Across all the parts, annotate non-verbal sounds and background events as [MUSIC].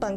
本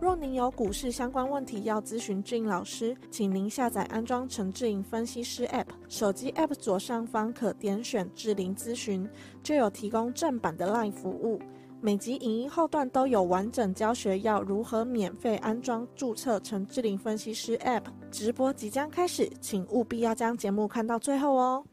若您有股市相关问题要咨询志颖老师，请您下载安装陈志颖分析师 App，手机 App 左上方可点选志玲咨询，就有提供正版的 LINE 服务。每集影音后段都有完整教学，要如何免费安装注册陈志玲分析师 App。直播即将开始，请务必要将节目看到最后哦。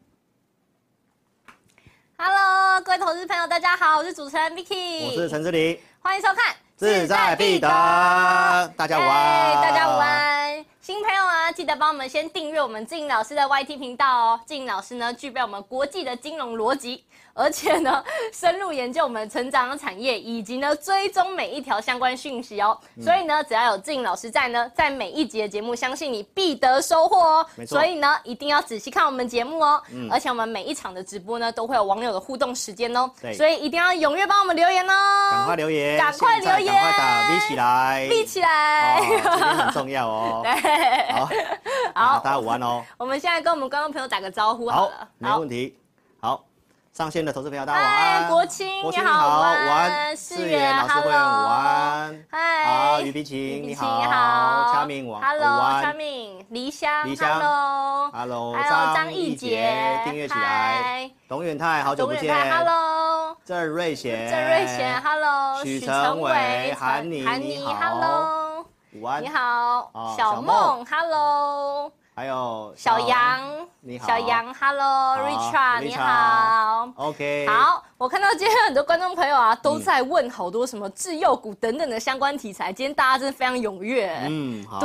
Hello，各位投资朋友，大家好，我是主持人我是 Vicky，陈志林，欢迎收看《志在必得，大家午安，哎大家午。安。新朋友啊，记得帮我们先订阅我们静老师的 YT 频道哦。静老师呢，具备我们国际的金融逻辑，而且呢， [LAUGHS] 深入研究我们成长的产业，以及呢，追踪每一条相关讯息哦。嗯所以呢，只要有静老师在呢，在每一集的节目，相信你必得收获哦。没错嗯所以呢，一定要仔细看我们节目哦。而且我们每一场的直播呢，都会有网友的互动时间哦。对所以一定要踊跃帮我们留言哦。赶快留言，赶快现在留言赶快打 V 起来立起来。 [LAUGHS] 哦，这边很重要哦。好，好大家午 [LAUGHS] 安哦。我们现在跟我们观众朋友打个招呼好好了，。没问题。好，上线的投资朋友，大家午嗨，安。国清，国你清好，好，午午安，安。世元源老师会午。安。嗨，好，于碧琴，你好。佳明晚午，Hello，佳安。明，黎香黎香，Hello， Hello， Hello，张张艺艺杰杰，订阅起来嗨。董远泰，好久不董见。远泰，Hello，郑瑞贤，郑瑞贤，Hello，许成成伟伟陈韩妮韩你妮好，Hello，午安，你，好哦，小小梦梦，Hello，还有小杨，你好小杨，Hello，Richard，你 Richard 好。 ，OK，，好，我看到今天很多观众朋友啊，都在问好多什么制药股等等的相关题材，今天大家真的非常踊跃。嗯，好，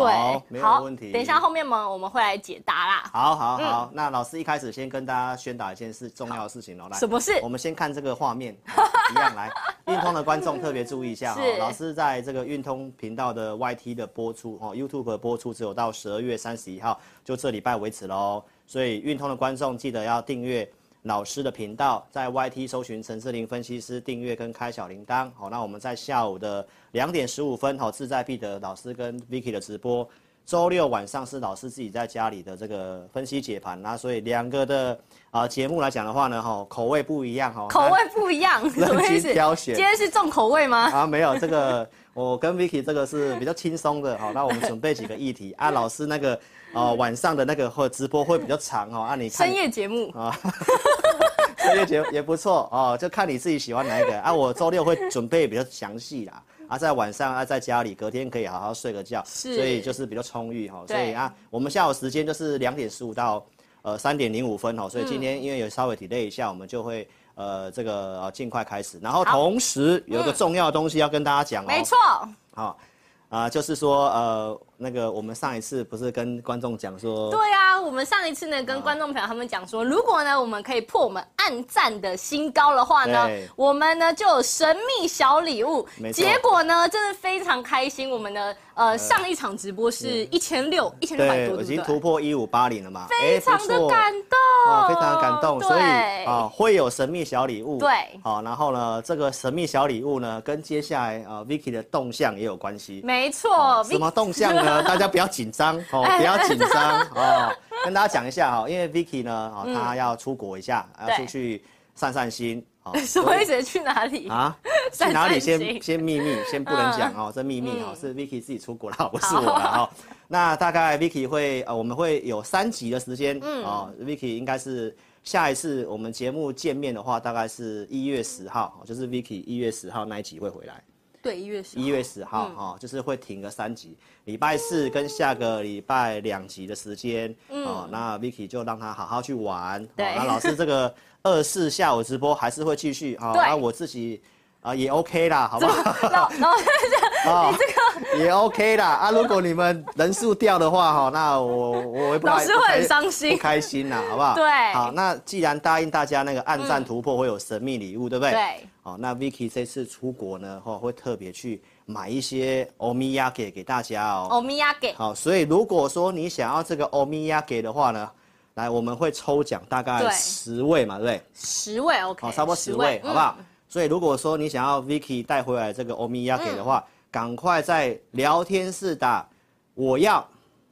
对，没有问题。等一下后嗯面嘛，我们会来解答啦。好好好，那老师一开始先跟大家宣导一件事，重要的事情哦，来，什么事我们先看这个画 [LAUGHS] 面，好一样来，运通的观众特别注意一下是哦，老师在这个运通频道的 YT 的播出哦，YouTube 的播出只有到十二月三十一号，就这礼拜为止喽，所以运通的观众记得要订阅。老师的频道在 YT 搜寻陈志玲分析师，订阅跟开小铃铛。好，那我们在下午的两点十五分，好，志在必得老师跟 Vicky 的直播，周六晚上是老师自己在家里的这个分析解盘那所以两个的啊、呃节目来讲的话呢，哈、口味不一样哈、口味不一样，什么意人思？群挑选今天是重口味吗？啊，没有这个，我跟 Vicky 这个是比较轻松的哈、那我们准备几个议题啊，老师那个呃晚上的那个或直播会比较长哈、啊，你看深夜节目，深夜节也不错哦，就看你自己喜欢哪一个啊。我周六会准备比较详细啦，啊，在晚上啊，在家里隔天可以好好睡个觉，是所以就是比较充裕哈、对所以啊，我们下午时间就是两点十五到呃三点零五分哦，所以今天因为有稍微 delay 一下，我们就会。呃，这个呃尽快开始，然后同时有一个重要的东西要跟大家讲哦，没错，好、啊、就是说呃，那个我们上一次不是跟观众讲说，对啊，我们上一次呢跟观众朋友他们讲说，如果呢我们可以破我们暗赞的新高的话呢对，我们呢就有神秘小礼物。没错嗯结果呢真的非常开心，我们的呃上一场直播是一千六一千六百多，我对已经不突对？破一五八零了嘛，非哎不常的错感动，哦，非常感动，所以对啊、会有神秘小礼物，对好、然后呢，这个神秘小礼物呢，跟接下来啊、呃 Vicky 的动向也有关系。没错，哦什么动向呢？大家不要紧张 [LAUGHS] 哦，不要紧张哦。跟大家讲一下哈、哦，因为 Vicky 呢，哦，她要出国一下，要嗯对出去散散心。哦 [LAUGHS] [LAUGHS] 什么意思？去哪里？啊，去散哪里散先心先秘密，先不能讲哦，这秘密哦是 Vicky 自己出国 [LAUGHS] 啦，不是我啦哦。那大概 Vicky 会呃，我们会有三集的时间哦，Vicky 应该是。下一次我们节目见面的话，大概是一月十号，哦就是 Vicky 一月十号那一集会回来。对，一月十一月十号嗯哈、哦，就是会停个三集，礼拜四跟下个礼拜两集的时间，哦，那 Vicky 就让他好好去玩，嗯对哦那老师这个二四下午直播还是会继续哈，对那、我自己。啊、也 OK 啦，好不好？然后然后啊，也 OK 啦啊！如果你们人数掉的话，哈，那我我也不老开师会很不开伤心不开心啦，好不好？对好，那既然答应大家那个暗战突破会有神秘礼物，对不对？对。好，哦那 Vicky 这次出国呢，哈，会特别去买一些欧米亚给给大家哦。欧米亚给好，所以如果说你想要这个欧米亚给的话呢，来，我们会抽奖大概对十位嘛，对不对？十位 OK，好，哦差不多十位，好不？好嗯？所以如果说你想要 Vicky 带回来这个欧米亚给的嗯话，赶快在聊天室打我要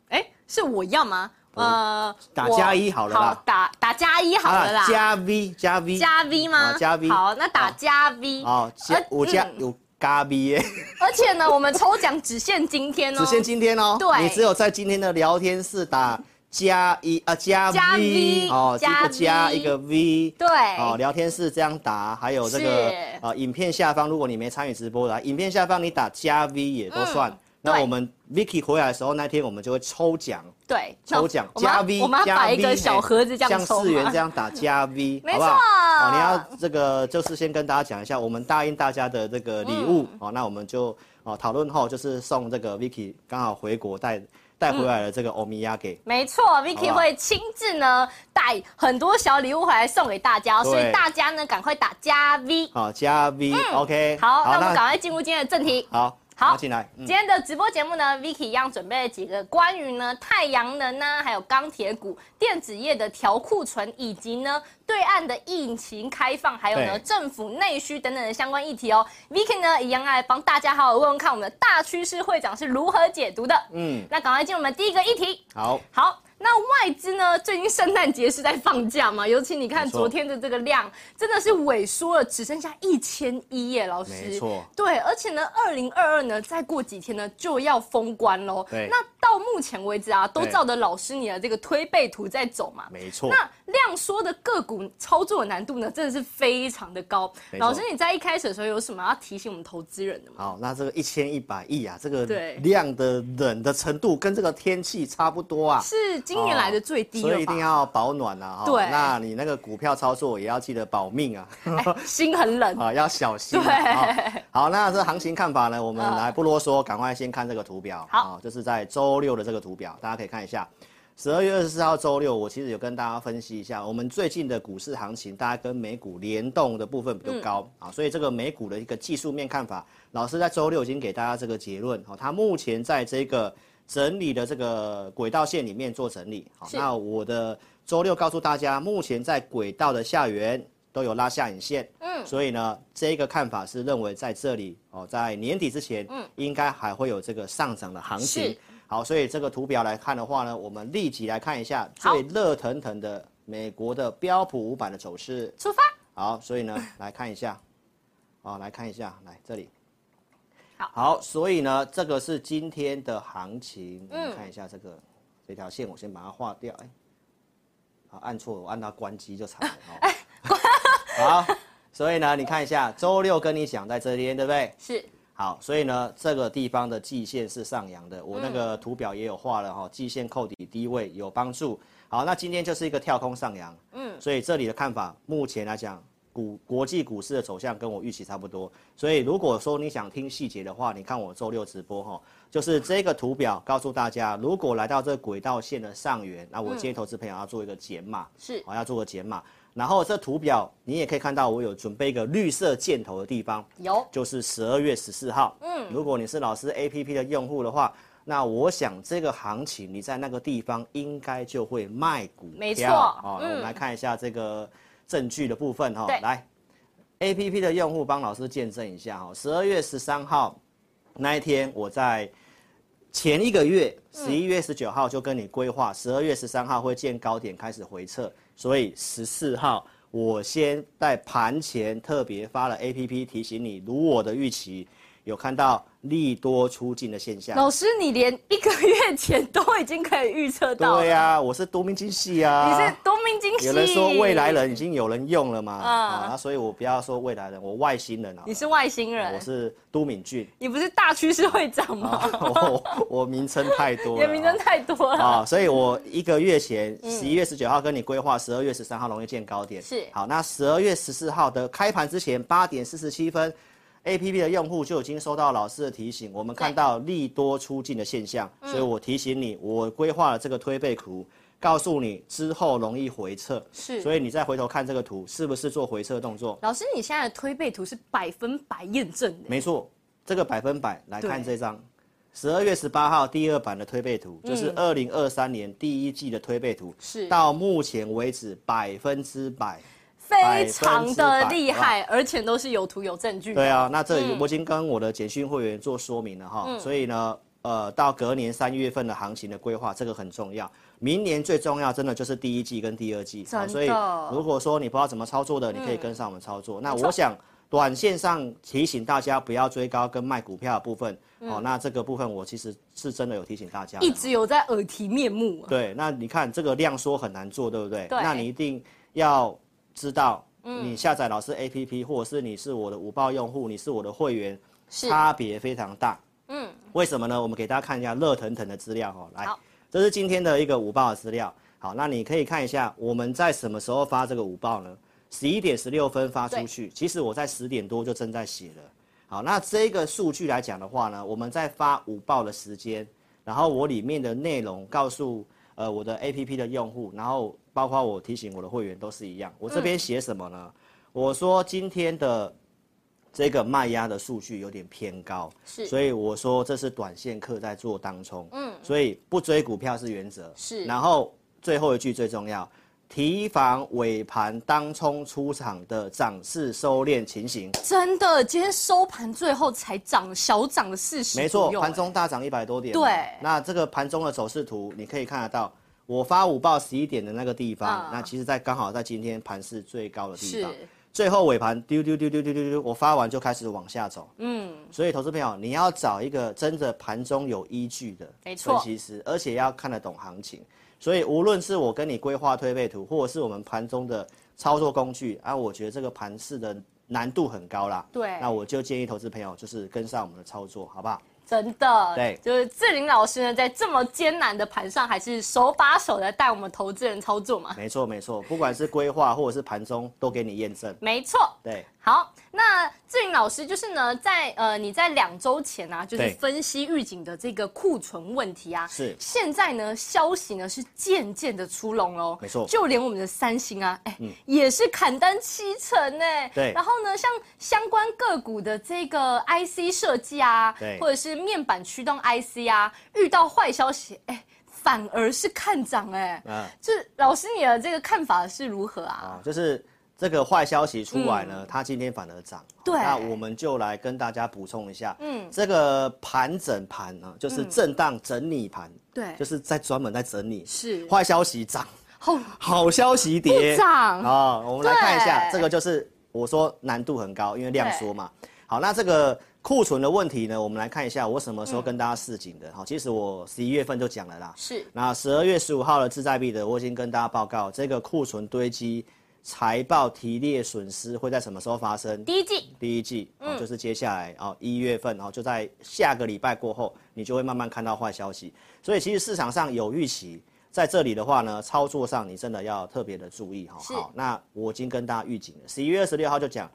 哎，是我要吗？呃，哦打我加一好了啦好打打加一好了啦，啊加 V 加 V 加 V 吗？啊加 V 好，那打哦加 V。哦，加而我加嗯有加 V 耶，而且呢，我们抽奖只限今天哦，只限今天哦，对你只有在今天的聊天室打加一啊加加 V， V 哦，加一个加 V 一个 V 对哦，聊天室这样打，还有这个是呃影片下方，如果你没参与直播的啊，影片下方你打加 V 也都算。那嗯对我们 Vicky 回来的时候，那天我们就会抽奖，对抽奖那我们加要 V，我们要加摆 V，一个小盒子这样像抽四元嘛这。样打加 V， [LAUGHS] 没好不好？错哦，你要这个就是先跟大家讲一下，我们答应大家的这个礼物、嗯哦，那我们就哦讨论后就是送这个 Vicky 刚好回国带带嗯回来的这个欧米亚给。没错，Vicky 好不好会亲自呢带很多小礼物回来送给大家哦，对所以大家呢赶快打加 V。好、加 V，OK、嗯好，那我们赶快进入今天的正题。好，好拿进来。嗯今天的直播节目呢，Vicky 一样准备了几个关于呢太阳能呐、还有钢铁股、电子业的调库存，以及呢对岸的疫情开放，还有呢对政府内需等等的相关议题哦。Vicky 呢一样来帮大家好好问问看我们的大趋势会长是如何解读的。嗯，那赶快进入我们第一个议题。好。好，那外资呢？最近圣诞节是在放假嘛？尤其你看没错昨天的这个量，真的是萎缩了，只剩下一千一耶，老师。没错。对，而且呢，二零二二呢，再过几天呢就要封关喽。对那到目前为止啊，都对照着老师你的这个推背图在走嘛。没错，那量缩的个股操作的难度呢，真的是非常的高。没错老师，你在一开始的时候有什么要提醒我们投资人的吗？好，那这个一千一百亿啊，这个对量的冷的程度跟这个天气差不多啊，是今年来的最低了吧？所以一定要保暖啊。哈对那你那个股票操作也要记得保命啊， [LAUGHS] 心很冷。啊，要小心啊。对哈好，那这行情看法呢，我们嗯来不啰嗦，赶快先看这个图表。好啊，就是在周六的这个图表，大家可以看一下。十二月二十四号周六，我其实有跟大家分析一下，我们最近的股市行情，大家跟美股联动的部分比较高、啊，所以这个美股的一个技术面看法，老师在周六已经给大家这个结论，啊好、它目前在这个整理的这个轨道线里面做整理，好、是那我的周六告诉大家，目前在轨道的下缘都有拉下影线，嗯，所以呢，这个看法是认为在这里哦，在年底之前，嗯，应该还会有这个上涨的行情是。好，所以这个图表来看的话呢，我们立即来看一下好最热腾腾的美国的标普五百的走势。出发。好，所以呢，来看一下，啊，来看一下，来这里。好所以呢，这个是今天的行情，我嗯们看一下这个这条线，我先把它划掉。哎、好，按错，我按到关机就惨了。哦哎好，所以呢，你看一下，周六跟你讲在这边，对不对？是。好，所以呢，这个地方的季线是上扬的，我那个图表也有画了哈，季线扣底低位有帮助。好，那今天就是一个跳空上扬，嗯，所以这里的看法，目前来讲，股国际股市的走向跟我预期差不多。所以如果说你想听细节的话，你看我周六直播哈，就是这个图表告诉大家，如果来到这个轨道线的上缘，那我建议投资朋友要做一个减码，是好要做个减码。然后这图表你也可以看到，我有准备一个绿色箭头的地方，有就是十二月十四号。嗯，如果你是老师 APP 的用户的话，那我想这个行情你在那个地方应该就会卖股票。没错哦，嗯我们来看一下这个证据的部分哈、对来，APP 的用户帮老师见证一下哈、哦，十二月十三号那一天我在。前一个月，嗯十一月十九号就跟你规划，十二月十三号会见高点开始回撤，所以十四号我先在盘前特别发了 A P P 提醒你，如我的预期，有看到利多出尽的现象。老师，你连一个月前都已经可以预测到了，对呀、我是多明精细啊。你是多明惊喜。有人说未来，人已经有人用了嘛，啊啊，那所以我不要说未来人，我外星人啊，你是外星人，我是都 [LAUGHS] 敏俊，你不是大趋势会长吗？啊 [LAUGHS] 我我名称太多你的了啊，名声太 [LAUGHS] 多了。啊、所以我一个月前，十一月十九号跟你规划，十二月十三号容易见高点。嗯是好，那十二月十四号的开盘之前八点四十七分， A P P 的用户就已经收到老师的提醒，我们看到利多出尽的现象，嗯所以我提醒你，我规划了这个推背图，告诉你之后容易回撤，是所以你再回头看这个图，是不是做回撤动作？老师，你现在的推背图是百分百验证的，没错，这个百分百来对看这张，十二月十八号第二版的推背图，就是嗯二零二三年第一季的推背图，是到目前为止百分之百。非常的厉百害，而且都是有图有证据。对，啊，那这嗯里我已经跟我的简讯会员做说明了哈，所以呢，呃，到隔年三月份的行情的规划，这个很重要。明年最重要，真的就是第一季跟第二季。真的嗯所以如果说你不知道怎么操作的，你可以跟上我们操作。那我想，短线上提醒大家不要追高跟卖股票的部分，哦，那这个部分我其实是真的有提醒大家的。嗯一直有在耳提面目啊。对，那你看这个量缩很难做，对不对？对嗯那你一定要知道，你下载老师 APP，或者是你是我的五报用户，你是我的会员，是差别非常大。嗯，为什么呢？我们给大家看一下热腾腾的资料哦，来好，这是今天的一个五报的资料。好，那你可以看一下我们在什么时候发这个五报呢？十一点十六分发出去，其实我在十点多就正在写了。好，那这个数据来讲的话呢，我们在发五报的时间，然后我里面的内容告诉呃我的 APP 的用户，然后包括我提醒我的会员都是一样。我这边写什么呢？我说今天的这个卖压的数据有点偏高，是所以我说这是短线客在做当冲，嗯，所以不追股票是原则，是然后最后一句最重要，提防尾盘当冲出场的涨势收敛情形。真的，今天收盘最后才涨小涨了四十，没错，盘中大涨一百多点嘛。欸对那这个盘中的走势图你可以看得到，我发午报十一点的那个地方，嗯那其实在刚好在今天盘市最高的地是方。最后尾盘丢丢丢丢丢丢丢，我发完就开始往下走。嗯，所以投资朋友，你要找一个真的盘中有依据的没分错析师，而且要看得懂行情。所以无论是我跟你规划推背图，或者是我们盘中的操作工具啊，我觉得这个盘市的难度很高啦。对那我就建议投资朋友就是跟上我们的操作，好不好？真的，对就是志玲老师呢，在这么艰难的盘上，还是手把手的带我们投资人操作嘛。没错没错，不管是规划或者是盘中，都给你验证。没错，对，好，那志玲老师就是呢，在呃，你在两周前啊，就是对分析预警的这个库存问题啊，是现在呢，消息呢是渐渐的出笼喽，没错嗯就连我们的三星啊，哎、也是砍单七成哎、对然后呢，像相关个股的这个 IC 设计啊，对或者是面板驱动 IC 啊，遇到坏消息，哎、反而是看涨哎、嗯。就是老师你的这个看法是如何啊？啊，就是这个坏消息出来呢，它今天反而涨。嗯啊对那我们就来跟大家补充一下，嗯，这个盘整盘呢，嗯就是震荡整理盘，对就，是在专门在整理，是坏消息涨，好好消息跌，不涨啊。我们来看一下，对这个就是我说难度很高，因为量缩嘛。好，那这个库存的问题呢，我们来看一下我什么时候嗯跟大家示警的。好，其实我十一月份就讲了啦，是那十二月十五号的志在必得，我已经跟大家报告，这个库存堆积、财报提列损失会在什么时候发生？第一季第一季哦，就是接下来哦一月份哦，就在下个礼拜过后，你就会慢慢看到坏消息。所以其实市场上有预期，在这里的话呢，操作上你真的要特别的注意哈。哦是好，那我已经跟大家预警了，十一月二十六号就讲，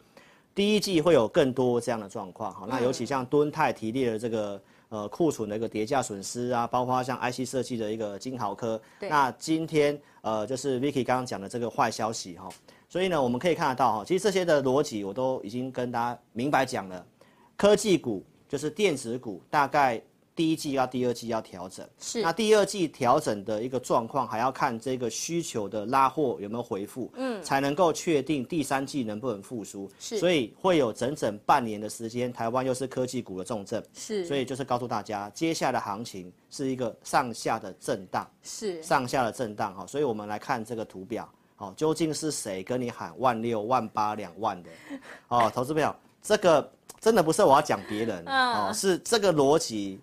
第一季会有更多这样的状况哈。那尤其像敦泰提列的这个。呃，库存的一个叠价损失啊，包括像 IC 设计的一个金豪科，那今天呃，就是 Vicky 刚刚讲的这个坏消息哈、所以呢，我们可以看得到哈，其实这些的逻辑我都已经跟大家明白讲了。科技股就是电子股，大概第一季要第二季要调整，是那第二季调整的一个状况，还要看这个需求的拉货有没有回复，嗯，才能够确定第三季能不能复苏。是所以会有整整半年的时间，台湾又是科技股的重镇，是，所以就是告诉大家，接下来的行情是一个上下的震荡。是上下的震荡哈，哦所以我们来看这个图表，好，究竟是谁跟你喊万六、万八、两万的？哦，投资朋友，这个真的不是我要讲别人，哦，是这个逻辑，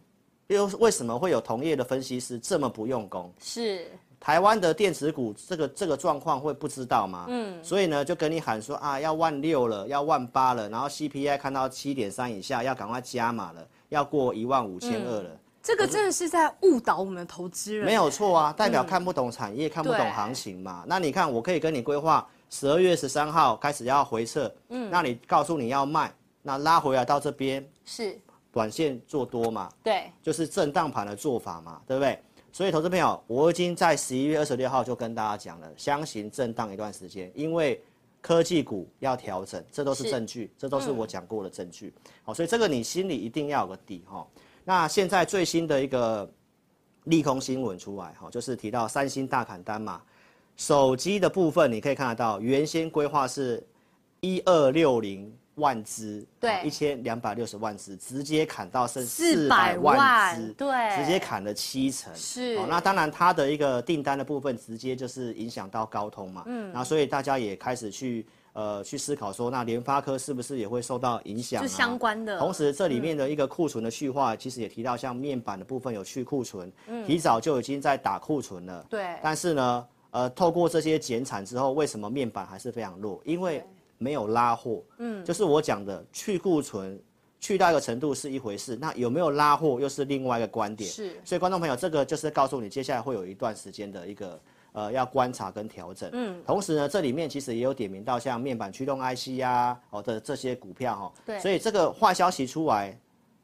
又为什么会有同业的分析师这么不用功？是台湾的电子股这个这个状况会不知道吗？嗯，所以呢，就跟你喊说啊，要万六了，要万八了，然后 CPI 看到七点三以下，要赶快加码了，要过一万五千二了。这个真的是在误导我们的投资人，没有错啊，代表看不懂产业，看不懂行情嘛。那你看，我可以跟你规划十二月十三号开始要回撤，嗯，那你告诉你要卖，那拉回来到这边，是，短线做多嘛，对，就是震荡盘的做法嘛，对不对？所以，投资朋友，我已经在十一月二十六号就跟大家讲了，箱型震荡一段时间，因为科技股要调整，这都是是证据，这都是我讲过的证据。好、所以这个你心里一定要有个底哈、那现在最新的一个利空新闻出来哈、就是提到三星大砍单嘛，手机的部分你可以看得到，原先规划是一二六零万只，对一千两百六十万只，直接砍到剩400 400万只，对直接砍了七成。是哦，那当然它的一个订单的部分直接就是影响到高通嘛，嗯，然后所以大家也开始去呃去思考说，那联发科是不是也会受到影响、啊？就相关的嗯同时，这里面的一个库存的去化，其实也提到像面板的部分有去库存，提早就已经在打库存了。对，但是呢，呃，透过这些减产之后，为什么面板还是非常弱？因为没有拉货，嗯，就是我讲的去库存。去到一个程度是一回事，那有没有拉货又是另外一个观点。是所以观众朋友，这个就是告诉你，接下来会有一段时间的一个呃要观察跟调整。嗯，同时呢，这里面其实也有点名到像面板驱动 IC 呀、啊，哦的这些股票哈、哦。对所以这个坏消息出来，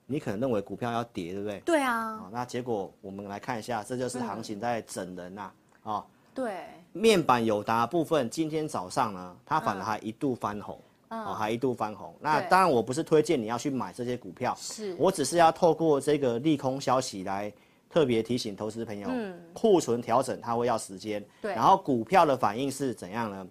你可能认为股票要跌，对不对？对啊，哦，那结果我们来看一下，这就是行情在整人呐、啊。哦，对，面板友达部分，今天早上呢，它反而还一度翻红，哦，还一度翻红。那嗯对当然，我不是推荐你要去买这些股票，是我只是要透过这个利空消息来特别提醒投资朋友，库存调整它会要时间，嗯对嗯然后股票的反应是怎样呢？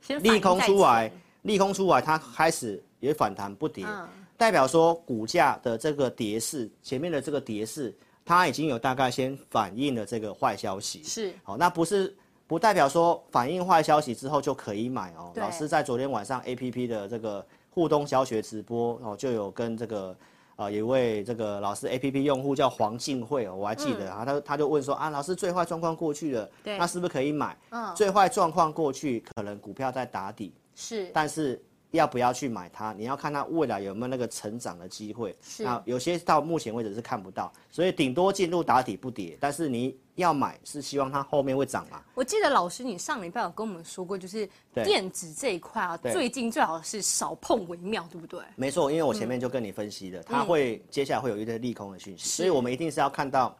先反利应空在出来前，利空出来，它开始也反弹不跌，嗯代表说股价的这个跌势，前面的这个跌势，它已经有大概先反映了这个坏消息。是好、那不是不代表说反映坏消息之后就可以买哦。对老师在昨天晚上 A P P 的这个互动小学直播哦，就有跟这个。啊、有一位这个老师 A P P 用户叫黄静慧、哦，我还记得啊，他他就问说啊，老师最坏状况过去了，嗯对那是不是可以买？嗯最坏状况过去，可能股票在打底，是但是要不要去买它，你要看它未来有没有那个成长的机会。是那有些到目前为止是看不到，所以顶多进入打底不跌，但是你要买是希望它后面会涨嘛？我记得老师，你上礼拜有跟我们说过，就是对电子这一块啊，对最近最好是少碰为妙，对不对？没错，因为我前面就跟你分析了，它会接下来会有一些利空的讯息，所以我们一嗯定是要看到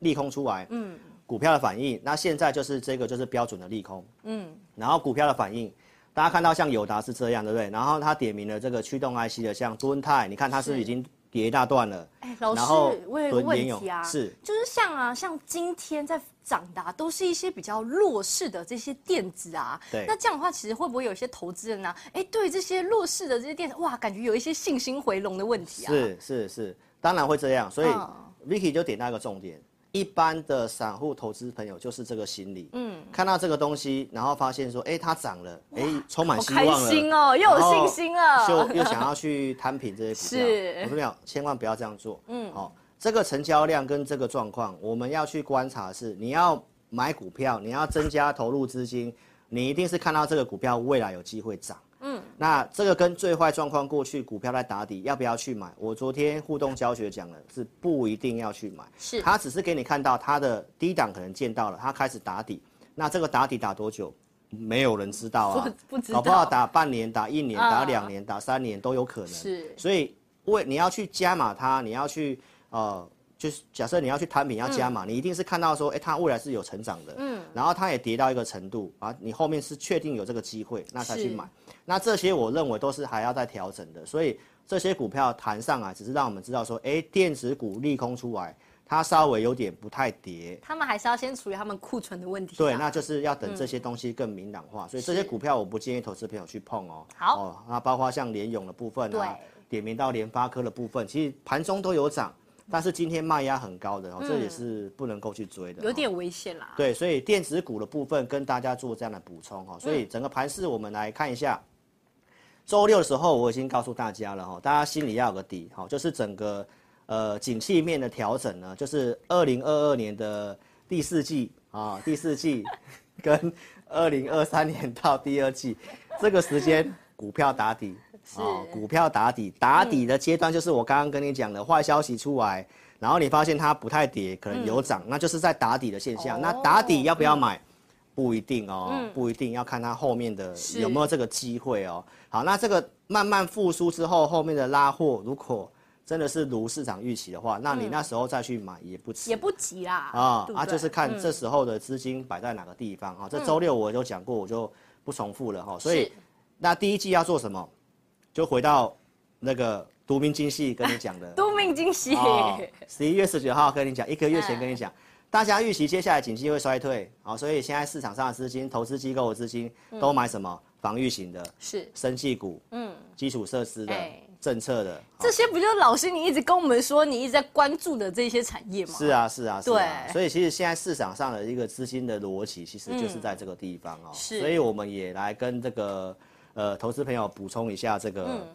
利空出来，嗯，股票的反应。那现在就是这个就是标准的利空，嗯，然后股票的反应。大家看到像友达是这样，对不对？然后它点名了这个驱动 IC 的，像敦泰，你看它是不是已经跌一大段了？哎，老然后师，我有一个轮问联题有啊，是就是像啊，像今天在涨的、啊、都是一些比较弱势的这些电子啊，对那这样的话，其实会不会有一些投资人啊，哎，对这些弱势的这些电子，哇，感觉有一些信心回笼的问题啊，是是是，当然会这样。所以嗯 Vicky 就点到一个重点，一般的散户投资朋友就是这个心理，嗯，看到这个东西，然后发现说，哎、它涨了，哎、充满好希开望了，心哦，又然后有信心了，就又想要去摊平这些股票。是我说没有，千万不要这样做。嗯，好、这个成交量跟这个状况，我们要去观察的是，你要买股票，你要增加投入资金，你一定是看到这个股票未来有机会涨。嗯，那这个跟最坏状况过去股票在打底，要不要去买？我昨天互动教学讲了，是不一定要去买，是它只是给你看到它的低档可能见到了，它开始打底。那这个打底打多久？没有人知道啊， [LAUGHS] 不不知搞不好道啊打半年、打一年、打两年、打三年都有可能。是所以为你要去加码它，你要去呃，就是假设你要去摊平要加嗯码，你一定是看到说，哎、它未来是有成长的，嗯，然后它也跌到一个程度啊，你后面是确定有这个机会，那才去是买。那这些我认为都是还要再调整的，所以这些股票弹上来，只是让我们知道说，哎、电子股利空出来，它稍微有点不太跌，他们还是要先处理他们库存的问题、啊，对，那就是要等这些东西更明朗化，所以这嗯些是股票我不建议投资朋友去碰哦。好哦，那包括像联勇的部分啊对，点名到联发科的部分，其实盘中都有涨，但是今天卖压很高的哦，这也是不能够去追的、嗯哦有。点危险啦，对，所以电子股的部分跟大家做这样的补充嗯哈、哦，所以整个盘市我们来看一下。周六的时候我已经告诉大家了哈、哦，大家心里要有个底哈、哦，就是整个呃景气面的调整呢，就是二零二二年的第四季啊、第 [LAUGHS] 四季跟二零二三年到第二季这个时间股票打底。哦是嗯股票打底，打底的阶段就是我刚刚跟你讲的坏消息出来，然后你发现它不太跌，可能有涨，那就是在打底的现象。哦那打底要不要买？不一定哦，不一定要看它后面的是有没有这个机会哦。好，那这个慢慢复苏之后，后面的拉货如果真的是如市场预期的话，那你那时候再去买也不迟。也不急啦。啊对嗯不啊，对就是看这时候的资金摆在哪个地方哦哈。这周六我就讲过，我就不重复了哈。所以是那第一季要做什么？就回到那个读明精细跟你讲的都命惊喜。哦，十一月十九号跟你讲，一个月前嗯跟你讲，大家预期接下来景气会衰退，好、所以现在市场上的资金、投资机构的资金嗯都买什么？防御型的、 [LAUGHS] 是，生技股、嗯，基础设施的、哎政策的，哦好这些不就是老师你一直跟我们说你一直在关注的这些产业吗？是啊，是啊，是啊。对所以其实现在市场上的一个资金的逻辑，其实就是在这个地方哦。嗯是所以我们也来跟这个呃投资朋友补充一下这个、嗯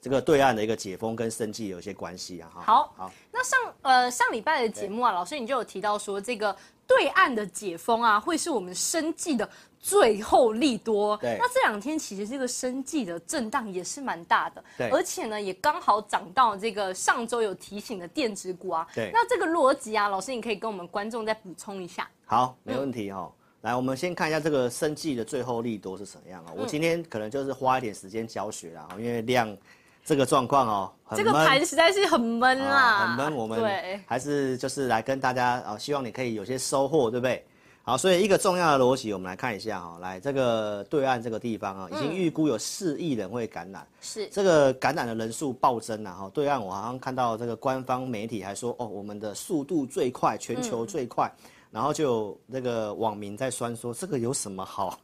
这个对岸的一个解封跟生计有一些关系啊。哈好好，那上呃上礼拜的节目啊，老师你就有提到说，这个对岸的解封啊，会是我们生计的最后利多。对那这两天其实这个生计的震荡也是蛮大的，对而且呢也刚好涨到这个上周有提醒的电子股啊。对那这个逻辑啊，老师你可以跟我们观众再补充一下。好，没问题哦。来，我们先看一下这个生计的最后利多是什么样嗯哦。我今天可能就是花一点时间教学啦，哦因为量这个状况哦，很这个闷盘实在是很闷啦，啊，很闷，我们对还是就是来跟大家啊，希望你可以有些收获，对不对？好，所以一个重要的逻辑，我们来看一下哈、来这个对岸这个地方啊，已嗯经预估有四亿人会感染，是这个感染的人数暴增啊哈、对岸我好像看到这个官方媒体还说哦，我们的速度最快，全球最快，嗯然后就有那个网民在酸说这个有什 [LAUGHS] 么好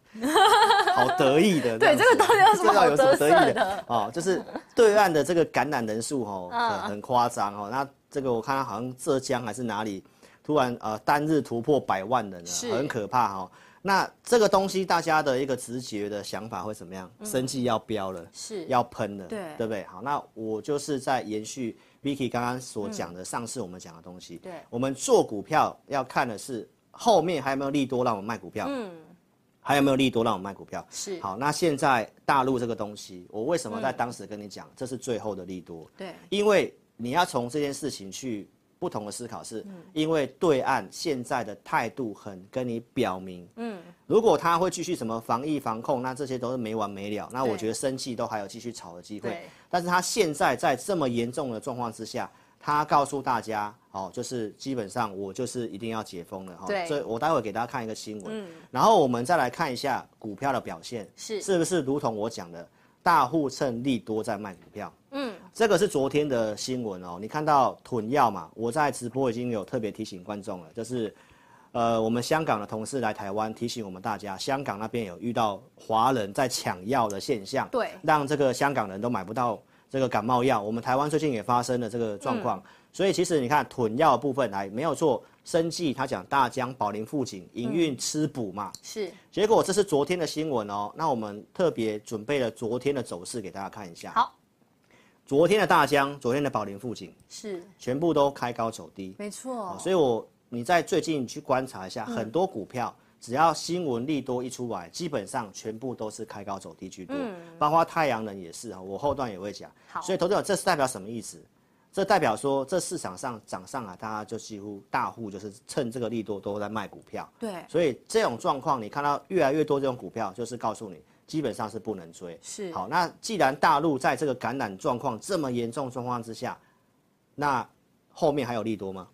好得意的？对样子这个到底有什么这到底好有什么得得意瑟的嗯的？哦，就是对岸的这个感染人数哦，很很夸张哦。那这个我看到好像浙江还是哪里，突然呃单日突破百万人是了，很可怕哦。那这个东西大家的一个直觉的想法会怎么嗯样？生计要飙了，是要喷了，对对不对？好，那我就是在延续 Vicky 刚刚所讲的上次我们讲的东西。嗯对我们做股票要看的是后面还有没有利多让我们卖股票，嗯，还有没有利多让我们卖股票。是嗯好，那现在大陆这个东西，我为什么在当时跟你讲，这是最后的利多？对因为你要从这件事情去不同的思考是，嗯因为对岸现在的态度很跟你表明，嗯，如果他会继续什么防疫防控，那这些都是没完没了。那我对觉得生气都还有继续炒的机会对。但是他现在在这么严重的状况之下，他告诉大家，哦，就是基本上我就是一定要解封了哈。哦对嗯所以我待会给大家看一个新闻，然后我们再来看一下股票的表现，是是不是如同我讲的，大户趁利多在卖股票。嗯这个是昨天的新闻哦，你看到囤药嘛？我在直播已经有特别提醒观众了，就是，呃，我们香港的同事来台湾提醒我们大家，香港那边有遇到华人在抢药的现象，对让这个香港人都买不到这个感冒药。我们台湾最近也发生了这个状况，嗯所以其实你看囤药的部分来没有做生计，他讲大江、宝林、富锦营运吃补嘛，是结果这是昨天的新闻哦，那我们特别准备了昨天的走势给大家看一下。好，昨天的大江，昨天的宝林附近，是全部都开高走低，没错，哦所以我你在最近去观察一下，嗯很多股票只要新闻利多一出来，基本上全部都是开高走低居多，包括太阳能也是啊，我后段也会讲。嗯好所以投资者这是代表什么意思？这代表说这市场上涨上来，大家就几乎大户就是趁这个利多都在卖股票。对所以这种状况，你看到越来越多这种股票，就是告诉你基本上是不能追。是好，那既然大陆在这个感染状况这么严重的状况之下，那后面还有利多吗？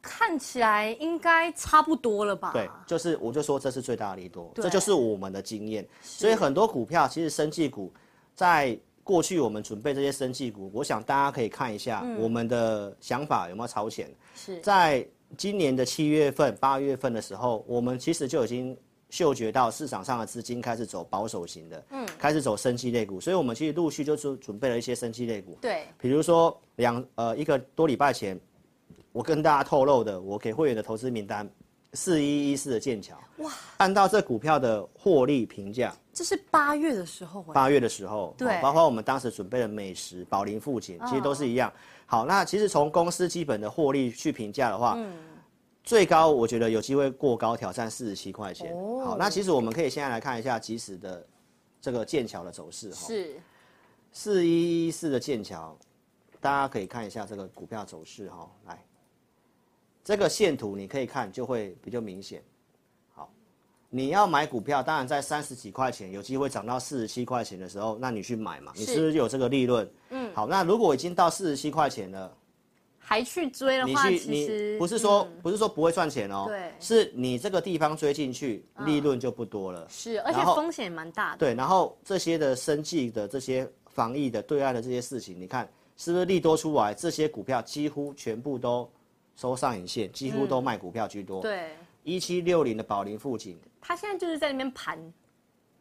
看起来应该差不多了吧？对，就是我就说这是最大的利多，啊对这就是我们的经验。所以很多股票其实生技股，在过去我们准备这些生技股，我想大家可以看一下嗯我们的想法有没有超前。是在今年的七月份、八月份的时候，我们其实就已经嗅觉到市场上的资金开始走保守型的，嗯，开始走升息类股，所以我们其实陆续就准准备了一些升息类股，对，比如说两呃一个多礼拜前，我跟大家透露的，我给会员的投资名单，四一一四的剑桥，哇，按照这股票的获利评价，这是八月的时候、欸，八月的时候，对嗯哦包括我们当时准备的美食、宝林富锦，其实都是一样。好，那其实从公司基本的获利去评价的话，嗯最高我觉得有机会过高挑战四十七块钱。哦好，那其实我们可以现在来看一下即时的这个剑桥的走势哈，是四一一四的剑桥，大家可以看一下这个股票走势哈，来，这个线图你可以看就会比较明显。好，你要买股票，当然在三十几块钱有机会涨到四十七块钱的时候，那你去买嘛，你是是不是有这个利润？嗯，好，那如果已经到四十七块钱了，还去追的你话，去其实嗯你不是说、不是说不会赚钱哦，对嗯是你这个地方追进去，利润就不多了。是，而且然后风险也蛮大的。对，然后这些的生计的这些防疫的对岸的这些事情，你看是不是利多出来，这些股票几乎全部都收上影线，几乎都卖股票居多。对，一七六零的宝林附近，他现在就是在那边盘。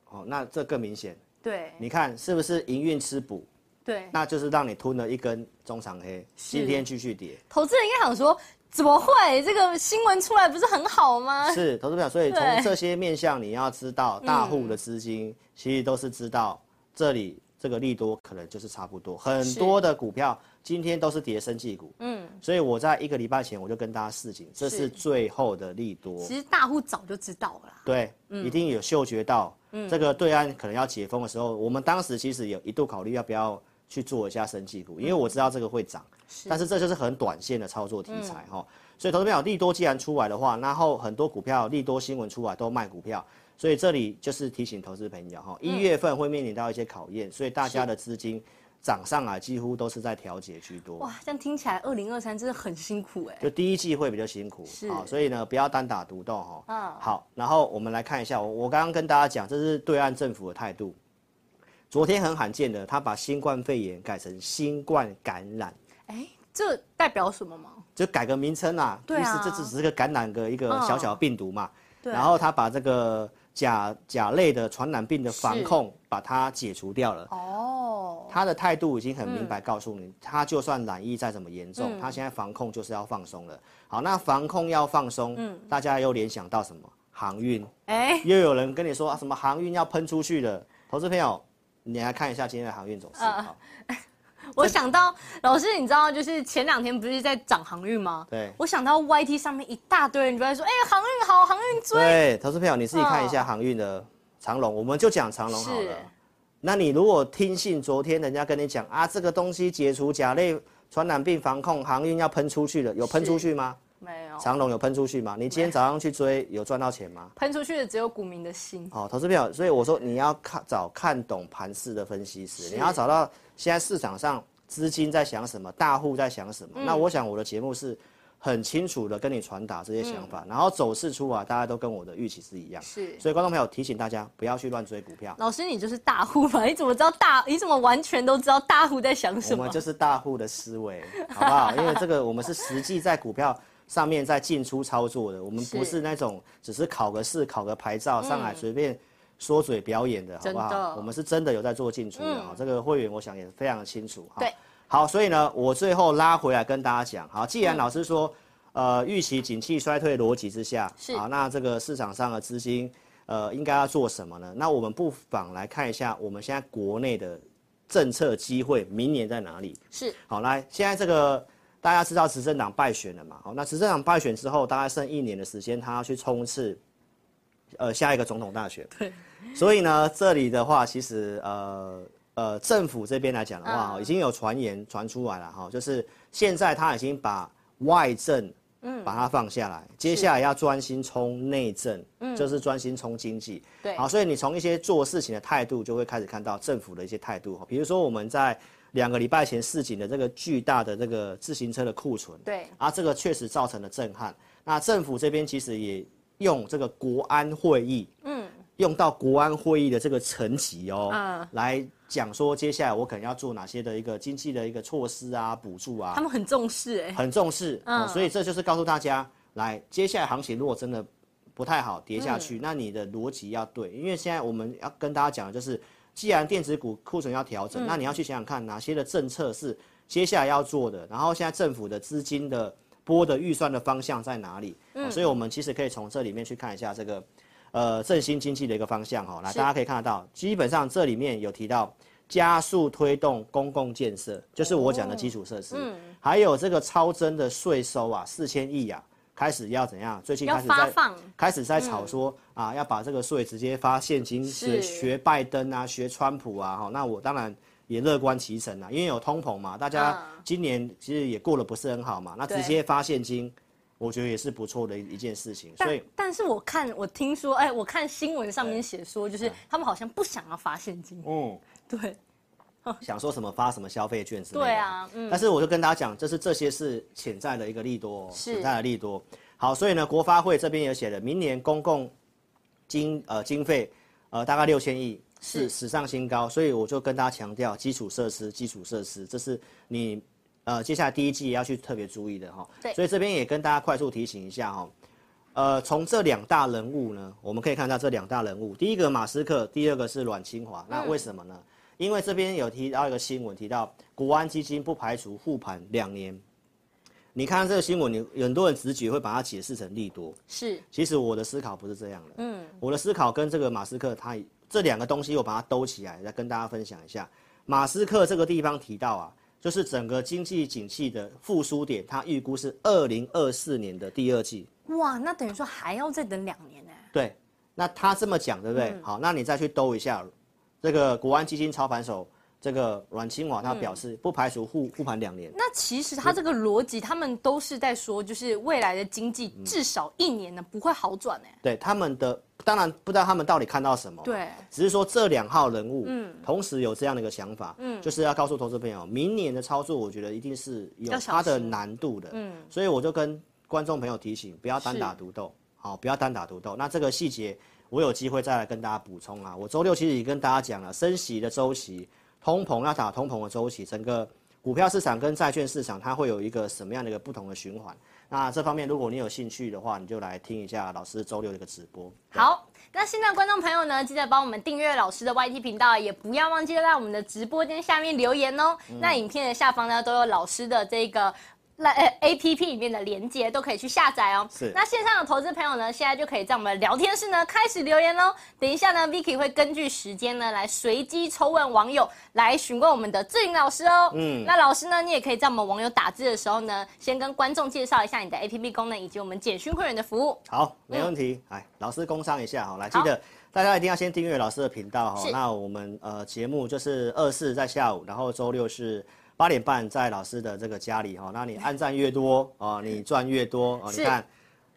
哦，那这更明显。对你看是不是营运吃补？对，那就是让你吞了一根中长黑，今天继续跌。投资人应该想说，怎么会？这个新闻出来不是很好吗？是投资表，所以从对这些面向你要知道，大户的资金其实都是知道这里这个利多可能就是差不多，很多的股票今天都是跌升绩股，嗯，所以我在一个礼拜前我就跟大家示警，这是是最后的利多，其实大户早就知道了啦。对，一定有嗅觉到，这个对岸可能要解封的时候，我们当时其实有一度考虑要不要去做一下生技股，因为我知道这个会涨，但是这就是很短线的操作题材哈、所以投资朋友利多既然出来的话，然后很多股票利多新闻出来都卖股票，所以这里就是提醒投资朋友哈，一月份会面临到一些考验，所以大家的资金涨上来几乎都是在调节居多。哇，这样听起来，二零二三真的很辛苦哎、就第一季会比较辛苦，是嗯啊，所以呢，不要单打独斗哈。好，然后我们来看一下，我我刚刚跟大家讲，这是对岸政府的态度。昨天很罕见的，他把新冠肺炎改成新冠感染，哎、这代表什么吗？就改个名称啦。对啊意思这只只是个感染的一个嗯小小的病毒嘛。对然后他把这个甲甲类的传染病的防是控把它解除掉了。哦，他的态度已经很明白告诉你，他就算染疫再怎么严重，他现在防控就是要放松了。好，那防控要放松，大家又联想到什么？航运，哎、又有人跟你说啊，什么航运要喷出去了。投资朋友，你来看一下今天的航运走势。好，我想到老师，你知道就是前两天不是在涨航运吗？对我想到 YT 上面一大堆人就在说，哎、航运好，航运追，对，投资朋友，你自己看一下航运的长龙，我们就讲长龙好了。那你如果听信昨天人家跟你讲啊，这个东西解除甲类传染病防控，航运要喷出去了，有喷出去吗？没有长龙有喷出去吗？你今天早上去追，有赚到钱吗？哦喷出去的只有股民的心。好、投资票，所以我说你要看找看懂盘势的分析师，是你要找到现在市场上资金在想什么，大户在想什么。嗯那我想我的节目是很清楚的跟你传达这些想法，然后走势出来，大家都跟我的预期是一样。嗯是所以观众朋友提醒大家不要去乱追股 [LAUGHS] 票，老师，你就是大户吧？ [LAUGHS] 你怎么知道大？你怎么完全都知道大户在想我什么们？就是大户的思维，好 [LAUGHS] 不好？因为这个我们是实际在股票。上面在进出操作的，我们不是嗯是那种只是考个试、考个牌照，上来随便说嘴表演的，好不真的嗯好？我们是真的有在做进出的哈、这个会员我想也非常的清楚哈。对，好，所以呢，我最后拉回来跟大家讲，嗯好，既然老师说，呃，预期景气衰退逻辑之下，是好，那这个市场上的资金，呃，应该要做什么呢？那我们不妨来看一下我们现在国内的政策机会，明年在哪里？是好，来，现在这个大家知道执政党败选了嘛？好，那执政党败选之后，大概剩一年的时间，他要去冲刺，呃，下一个总统大选。对。所以呢，这里的话，其实呃呃，政府这边来讲的话，嗯已经有传言传出来了哈，就是现在他已经把外政。嗯，把它放下来，接下来要专心冲内政，嗯，就是专心冲经济。对好，所以你从一些做事情的态度，就会开始看到政府的一些态度。比如说我们在两个礼拜前市井的这个巨大的这个自行车的库存，对啊，这个确实造成了震撼。那政府这边其实也用这个国安会议，嗯，用到国安会议的这个层级哦，嗯来讲说接下来我可能要做哪些的一个经济的一个措施啊、补助啊，他们很重视哎、很重视，嗯哦所以这就是告诉大家，来，接下来行情如果真的不太好跌下去，那你的逻辑要对，因为现在我们要跟大家讲的就是，既然电子股库存要调整，那你要去想想看哪些的政策是接下来要做的，然后现在政府的资金的拨的预算的方向在哪里、嗯哦所以我们其实可以从这里面去看一下这个。呃，振兴经济的一个方向哈、哦，来是大家可以看得到，基本上这里面有提到加速推动公共建设，就是我哦讲的基础设施。嗯还有这个超征的税收啊，四千亿啊，开始要怎样？最近要开始发在放开始在吵说、啊，要把这个税直接发现金，学嗯是学拜登啊，学川普啊，哈、那我当然。也乐观其成啊，因为有通膨嘛，大家嗯今年其实也过得不是很好嘛，那直对接发现金，我觉得也是不错的一一件事情。所但以但是我看我听说，哎、我看新闻上面写说，就是他们好像不想要发现金，嗯，对，想说什么发什么消费券之类的。对啊，嗯，但是我就跟大家讲，这是这些是潜在的一个利多哦，是潜在的利多。好，所以呢，国发会这边也写了，明年公共经呃经费呃大概六千亿是是史上新高，所以我就跟大家强调基础设施，基础设施，这是你呃接下来第一季也要去特别注意的哈、对所以这边也跟大家快速提醒一下哈、呃，从这两大人物呢，我们可以看到这两大人物，第一个马斯克，第二个是阮清华。那为什么呢？因为这边有提到一个新闻，提到国安基金不排除护盘两年。你看这个新闻，你很多人直觉会把它解释成利多，是其实我的思考不是这样的。嗯，我的思考跟这个马斯克他这两个东西，我把它兜起来，来跟大家分享一下。马斯克这个地方提到啊，就是整个经济景气的复苏点，他预估是二零二四年的第二季。哇，那等于说还要再等两年呢、对，那他这么讲，对不对？好，那你再去兜一下，这个国安基金操盘手这个阮清华，他表示不排除护护盘两年。那其实他这个逻辑，他们都是在说，就是未来的经济至少一年呢不会好转哎、对他们的，当然不知道他们到底看到什么。对，只是说这两号人物，嗯，同时有这样的一个想法，嗯，就是要告诉投资朋友，明年的操作，我觉得一定是有要小它的心难度的，嗯，所以我就跟观众朋友提醒，不要单打独斗，好，不要单打独斗。那这个细节我有机会再来跟大家补充啊。我周六其实已经跟大家讲了，升息的周期，通膨要打通膨的周期，整个股票市场跟债券市场它会有一个什么样的一个不同的循环。那这方面如果你有兴趣的话，你就来听一下老师周六的一个直播。对好，那现在观众朋友呢，记得帮我们订阅老师的 YT 频道，也不要忘记在我们的直播间下面留言哦。嗯那影片的下方呢，都有老师的这个。那呃 A P P 里面的连接都可以去下载哦。是那线上的投资朋友呢，现在就可以在我们的聊天室呢开始留言喽。等一下呢，Vicky 会根据时间呢来随机抽问网友来询问我们的志云老师哦。嗯，那老师呢，你也可以在我们网友打字的时候呢，先跟观众介绍一下你的 A P P 功能以及我们简讯会员的服务。好，没问题。嗯哎、老师工商一下哈，来记得大家一定要先订阅老师的频道哈是。那我们呃节目就是二四在下午，然后周六是。八点半在老师的这个家里哈，那你按赞越多哦，你赚越多哦，是你看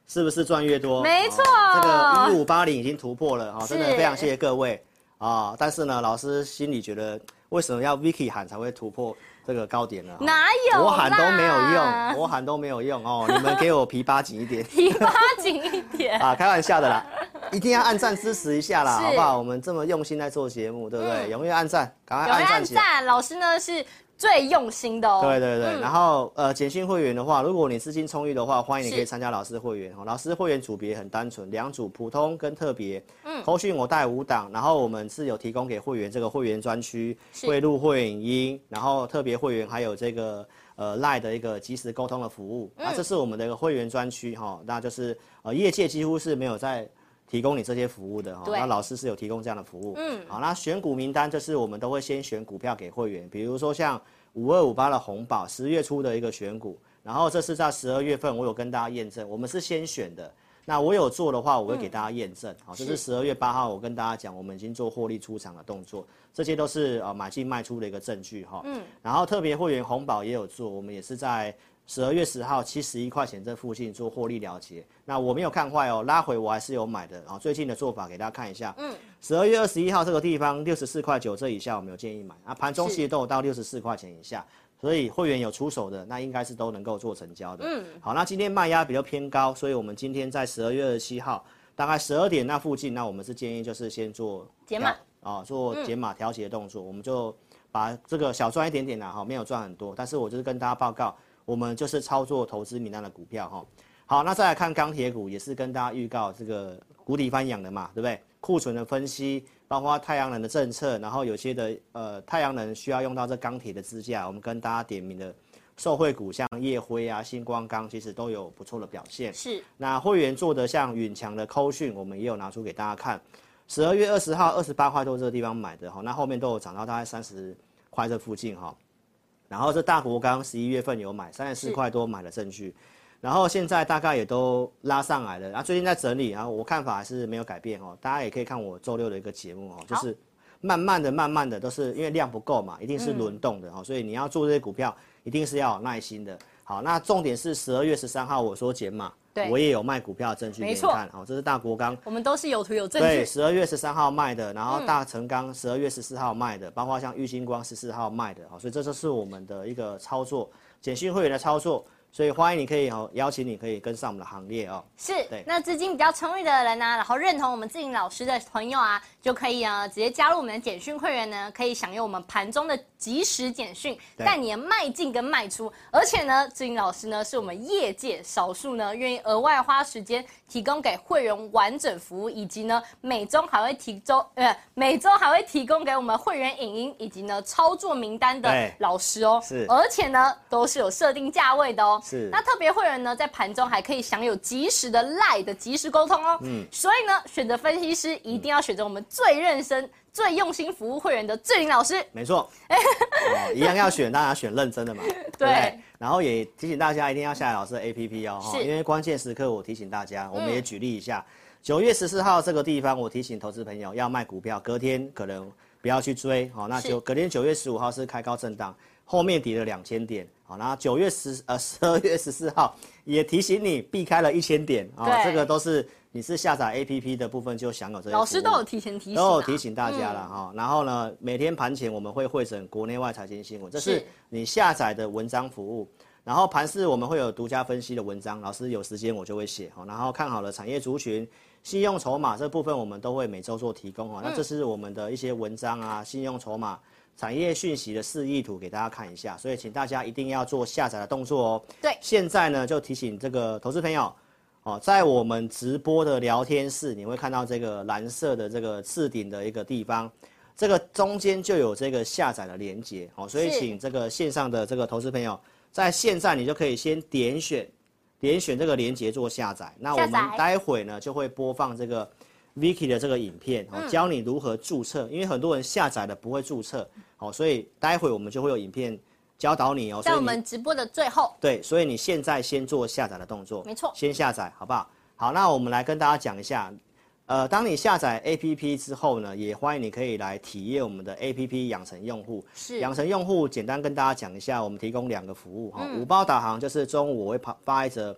是不是赚越多？没错哦这个一五八零已经突破了哈，哦真的是非常谢谢各位啊！但是呢，老师心里觉得为什么要 Vicky 喊才会突破这个高点呢？哈哪有啦我喊都没有用，我喊都没有用哦，你们给我皮扒紧 [LAUGHS] 一点。你拉紧一点。 [LAUGHS] 啊，开玩笑的啦，一定要按赞支持一下啦，是好不好？我们这么用心在做节目，对不对？踊跃按赞，赶快有人按按赞起来。赞，老师呢是最用心的哦。对对对，然后呃，简讯会员的话，如果你资金充裕的话，欢迎你可以参加老师会员哦。老师会员组别很单纯，两组，普通跟特别。嗯，扣讯我带五档，然后我们是有提供给会员这个会员专区，是会录会影音，然后特别会员还有这个呃 Line 的一个即时沟通的服务。那这是我们的一个会员专区哈，那就是呃业界几乎是没有在。提供你这些服务的哈，对那老师是有提供这样的服务。嗯，好，那选股名单就是我们都会先选股票给会员，比如说像五二五八的红宝，十月初的一个选股，然后这是在十二月份我有跟大家验证，我们是先选的。那我有做的话，我会给大家验证。好，嗯这是十二月八号，我跟大家讲，我们已经做获利出场的动作，这些都是呃买进卖出的一个证据哈。嗯。然后特别会员红宝也有做，我们也是在十二月十号七十一块钱这附近做获利了结。那我没有看坏哦，拉回我还是有买的啊、最近的做法给大家看一下，嗯，十二月二十一号这个地方六十四块九这以下我没有建议买啊，盘中是其实都有到六十四块钱以下。所以会员有出手的，那应该是都能够做成交的。嗯，好，那今天卖压比较偏高，所以我们今天在十二月二十七号大概十二点那附近，那我们是建议就是先做解码啊、做解码调节动作，我们就把这个小赚一点点啦，哈，没有赚很多，但是我就是跟大家报告，我们就是操作投资名单的股票哈。好，那再来看钢铁股，也是跟大家预告这个谷底翻扬的嘛，对不对？库存的分析，包括太阳能的政策，然后有些的呃太阳能需要用到这钢铁的支架，我们跟大家点名的受惠股，像夜辉啊、星光钢，其实都有不错的表现。是那会员做的像允强的扣讯，我们也有拿出给大家看。十二月二十号、二十八块多这个地方买的哈，那后面都有涨到大概三十块这附近哈。然后这大国刚十一月份有买，三十四块多买的证据，然后现在大概也都拉上来了。然后最近在整理，然后我看法还是没有改变哦。大家也可以看我周六的一个节目哦，就是慢慢的、嗯慢慢的都是因为量不够嘛，一定是轮动的哦，所以你要做这些股票一定是要有耐心的。好，那重点是十二月十三号我说减码，对我也有卖股票的证据给没你错看，好，这是大国钢。我们都是有图有证对，据。十二月十三号卖的，然后大成钢十二月十四号卖的，包括像玉金光十四号卖的，好，哦所以这就是我们的一个操作，简讯会员的操作，所以欢迎你可以哦，邀请你可以跟上我们的行列哦。是对，那资金比较充裕的人呢、然后认同我们志颖老师的朋友啊，就可以啊直接加入我们的简讯会员呢，可以享有我们盘中的即时简讯，对带你的卖进跟卖出。而且呢，志颖老师呢是我们业界少数呢愿意额外花时间提供给会员完整服务，以及呢每周还会提周呃每周还会提供给我们会员影音以及呢操作名单的对老师哦。是而且呢都是有设定价位的哦。是那特别会员呢，在盘中还可以享有及时的赖的及时沟通哦。嗯所以呢，选择分析师一定要选择我们最认真、最用心服务会员的志玲老师。没 [LAUGHS] 错，哦，一样要选，当然要选认真的嘛，对不对对？然后也提醒大家一定要下载老师的 APP 哦，哈是因为关键时刻我提醒大家，我们嗯也举例一下，九、月十四号这个地方，我提醒投资朋友要卖股票，隔天可能不要去追，好、那是就隔天九月十五号是开高震荡，后面跌了两千点，好、然后九月十呃十二月十四号也提醒你避开了一千点啊、对这个都是你是下载 APP 的部分就享有这些服务，老师都有提前提醒、啊，都有提醒大家了哈、然后呢，每天盘前我们会会诊国内外财经新闻，这是是你下载的文章服务。然后盘市我们会有独家分析的文章，老师有时间我就会写哈。然后看好了产业族群、信用筹码这部分，我们都会每周做提供哈。那这是我们的一些文章啊，信用筹码。产业讯息的示意图给大家看一下，所以请大家一定要做下载的动作哦。对现在呢就提醒这个投资朋友，哦，在我们直播的聊天室，你会看到这个蓝色的这个置顶的一个地方，这个中间就有这个下载的连接，哦，所以是请这个线上的这个投资朋友，在现在你就可以先点选，点选这个连接做下载。那我下们载待会呢就会播放这个 Vicky 的这个影片，嗯哦，教你如何注册，因为很多人下载了不会注册，哦，所以待会我们就会有影片教导你哦，所在以我你们直播的最后，对，所以你现在先做下载的动作，没错先下载好不好？好，那我们来跟大家讲一下，呃，当你下载 APP 之后呢，也欢迎你可以来体验我们的 APP 养成用户。是养成用户，简单跟大家讲一下，我们提供两个服务哈，五包导航就是中午我会发发一则。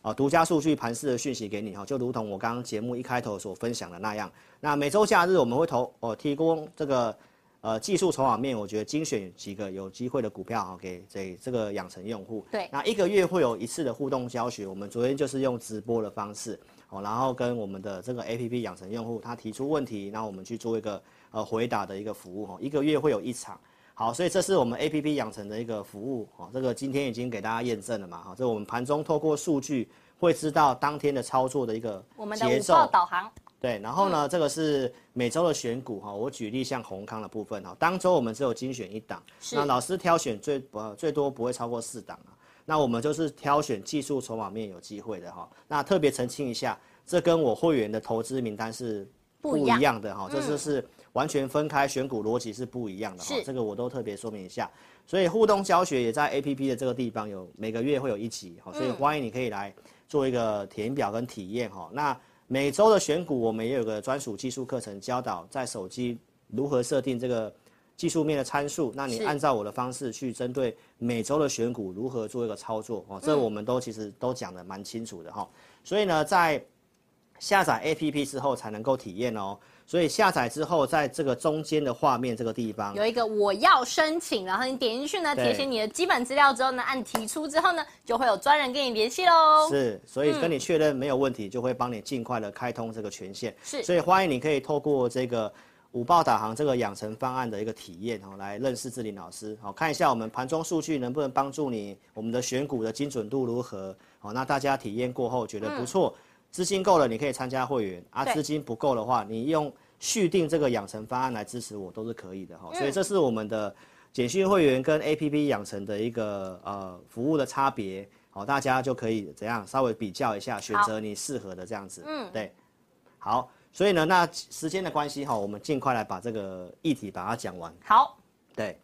啊，独家数据盘式的讯息给你哈，就如同我刚刚节目一开头所分享的那样。那每周假日我们会投哦、提供这个呃技术筹码面，我觉得精选几个有机会的股票哈，给这这个养成用户。对那一个月会有一次的互动教学，我们昨天就是用直播的方式哦，然后跟我们的这个 APP 养成用户他提出问题，然后我们去做一个呃回答的一个服务哦，一个月会有一场。好，所以这是我们 A P P 养成的一个服务哦，这个今天已经给大家验证了嘛，哈、哦这我们盘中透过数据会知道当天的操作的一个我们的节五奏，报导航，对，然后呢，这个是每周的选股哈，我举例像宏康的部分哈，当周我们只有精选一档，是那老师挑选最呃最多不会超过四档啊，那我们就是挑选技术筹码面有机会的哈，那特别澄清一下，这跟我会员的投资名单是不一一样嗯样的哈，这就是完全分开选股逻辑是不一样的哈是，这个我都特别说明一下，所以互动教学也在 A P P 的这个地方有每个月会有一集嗯哈，所以欢迎你可以来做一个填表跟体验哈，那。每周的选股，我们也有个专属技术课程教导，在手机如何设定这个技术面的参数。那你是按照我的方式去针对每周的选股如何做一个操作哦，嗯这我们都其实都讲的蛮清楚的哈、所以呢，在下载 APP 之后才能够体验哦。所以下载之后，在这个中间的画面这个地方，有一个我要申请，然后你点进去呢，对填写你的基本资料之后呢，按提出之后呢，就会有专人跟你联系喽。是，所以嗯跟你确认没有问题，就会帮你尽快的开通这个权限。是所以欢迎你可以透过这个五报导航这个养成方案的一个体验哦，来认识志玲老师。好、看一下我们盘中数据能不能帮助你，我们的选股的精准度如何？好、那大家体验过后觉得不错，资金够了你可以参加会员嗯啊，对资金不够的话，你用续订这个养成方案来支持我都是可以的嗯哈、所以这是我们的。简讯会员跟 APP 养成的一个呃服务的差别，好、大家就可以怎样稍微比较一下，选择你适合的这样子。嗯，对。好，所以呢，那时间的关系哈、我们尽快来把这个议题把它讲完。好，对，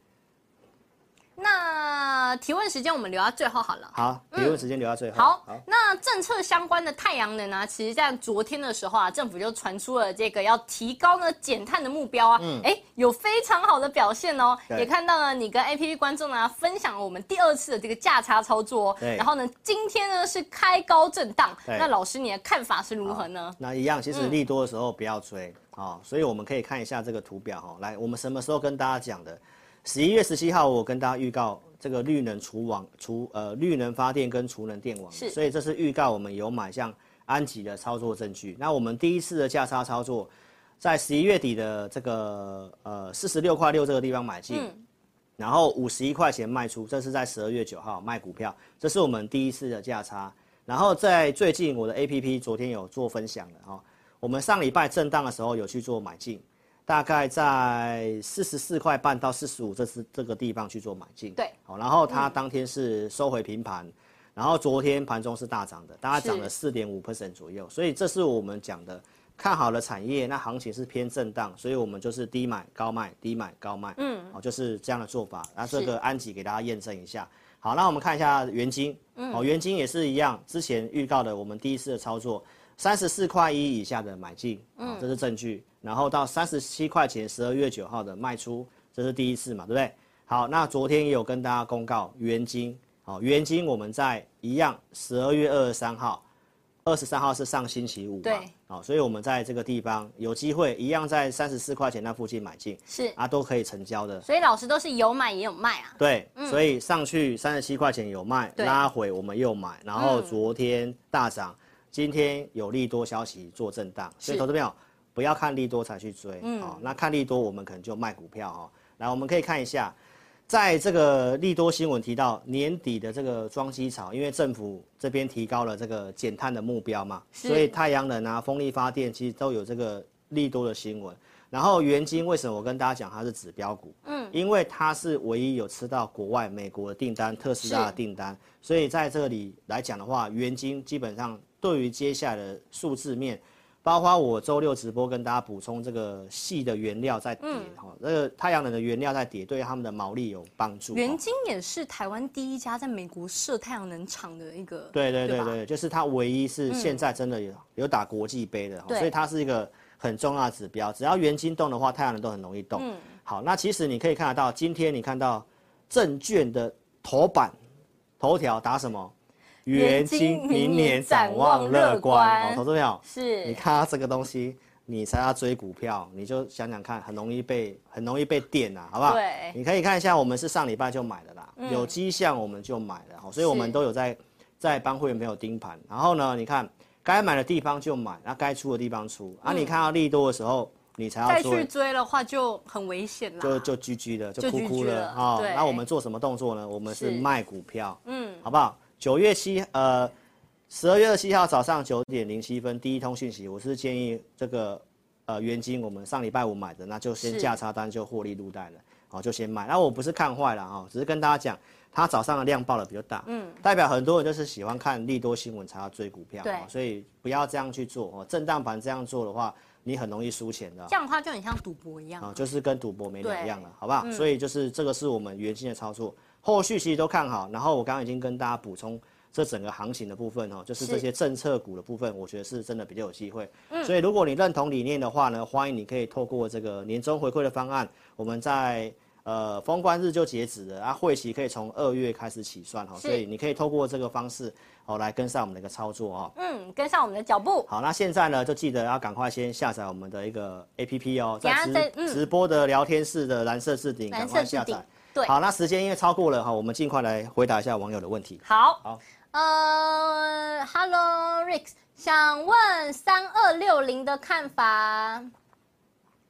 那提问时间我们留到最后好了。好，提问时间留到最后。好，那政策相关的太阳能啊，其实在昨天的时候啊，政府就传出了这个要提高呢减碳的目标啊，哎、有非常好的表现哦，嗯对也看到了你跟 APP 观众啊分享了我们第二次的这个价差操作、哦，对然后呢，今天呢是开高震荡，对那老师你的看法是如何呢？嗯那一样，其实利多的时候不要追啊、哦，所以我们可以看一下这个图表哈、哦。来，我们什么时候跟大家讲的？十一月十七号，我跟大家预告这个绿能储网储呃绿能发电跟储能电网，是所以这是预告我们有买像安吉的操作证据。那我们第一次的价差操作，在十一月底的这个呃四十六块六这个地方买进，嗯然后五十一块钱卖出，这是在十二月九号卖股票，这是我们第一次的价差。然后在最近我的 A P P 昨天有做分享的哈、哦，我们上礼拜震荡的时候有去做买进，大概在四十四块半到四十五这是这个地方去做买进。对，好、然后它当天是收回平盘，然后昨天盘中是大涨的，大概涨了四点五 percent 左右，所以这是我们讲的。看好了产业，那行情是偏震荡，所以我们就是低买高卖，低买高卖，嗯，哦，就是这样的做法。那这是个安吉给大家验证一下。好，那我们看一下元金，哦，元金也是一样，之前预告的我们第一次的操作，三十四块一以下的买进，哦，这是证据，然后到三十七块钱，十二月九号的卖出，这是第一次嘛，对不对？好，那昨天也有跟大家公告元金，好、元金我们在一样，十二月二十三号。二十三号是上星期五嘛？对好、所以我们在这个地方有机会，一样在三十四块钱那附近买进，是，啊，都可以成交的。所以老师都是有买也有卖啊，对，所以上去三十七块钱有卖，对嗯拉回我们又买，然后昨天大涨，今天有利多消息做震荡，所以是嗯投资朋友不要看利多才去追，哦，那看利多我们可能就卖股票哦。来，我们可以看一下，在这个利多新闻提到年底的这个装机潮，因为政府这边提高了这个减碳的目标嘛，是所以太阳能啊、风力发电其实都有这个利多的新闻。然后元金为什么我跟大家讲它是指标股？嗯，因为它是唯一有吃到国外美国的订单，特斯拉的是订单，所以在这里来讲的话，元金基本上对于接下来的数字面，包括我周六直播跟大家补充这个细的原料在跌哈、这个太阳能的原料在跌，对他们的毛利有帮助。元哦晶也是台湾第一家在美国设太阳能厂的一个，对对对吧嗯对，就是它唯一是现在真的有、有打国际杯的，对所以它是一个很重要的指标。只要元金动的话，太阳能都很容易动。嗯好，那其实你可以看得到，今天你看到证券的头版头条打什么？元金明年展望乐观哦，投资朋友，是，你看它这个东西，你才要追股票，你就想想看，很容易被很容易被电呐、好不好？对嗯你可以看一下，我们是上礼拜就买的啦，有迹象我们就买了，好所以我们是都有在在帮会员朋友盯盘。然后呢，你看该买的地方就买，那、该出的地方出，啊，你看到利多的时候，你才要嗯再做去。追的话就很危险啦。就就居居的，就就哭 GG 哭了了啊。对那我们做什么动作呢？我们是是卖股票，嗯，好不好？九月七呃，十二月二十七号早上九点零七分，第一通讯息，我是建议这个呃原金，我们上礼拜五买的，那就先是价差单就获利入袋了，好、就先买。那我不是看坏了啊、只是跟大家讲，它早上的量爆的比较大，嗯，代表很多人就是喜欢看利多新闻才要追股票，对哦所以不要这样去做哦。震荡盘这样做的话，你很容易输钱的。这样的话就很像赌博一样。啊，就是跟赌博没两对嗯样了，好不好？所以就是这个是我们原先的操作，后续其实都看好。然后我刚刚已经跟大家补充这整个行情的部分哦，就是这是嗯些政策股的部分，我觉得是真的比较有机会。所以如果你认同理念的话呢，欢迎你可以透过这个年终回馈的方案，我们在。呃，封关日就截止了，啊，会期可以从二月开始起算哈，是所以你可以透过这个方式哦来跟上我们的一个操作哦。嗯，跟上我们的脚步。好，那现在呢，就记得要赶快先下载我们的一个 APP 哦，等下在直再嗯直播的聊天室的蓝色置顶，赶蓝快色置下顶载。，对，好，那时间因为超过了哈，我们尽快来回答一下网友的问题。好，好呃，Hello Rex，想问三二六零的看法。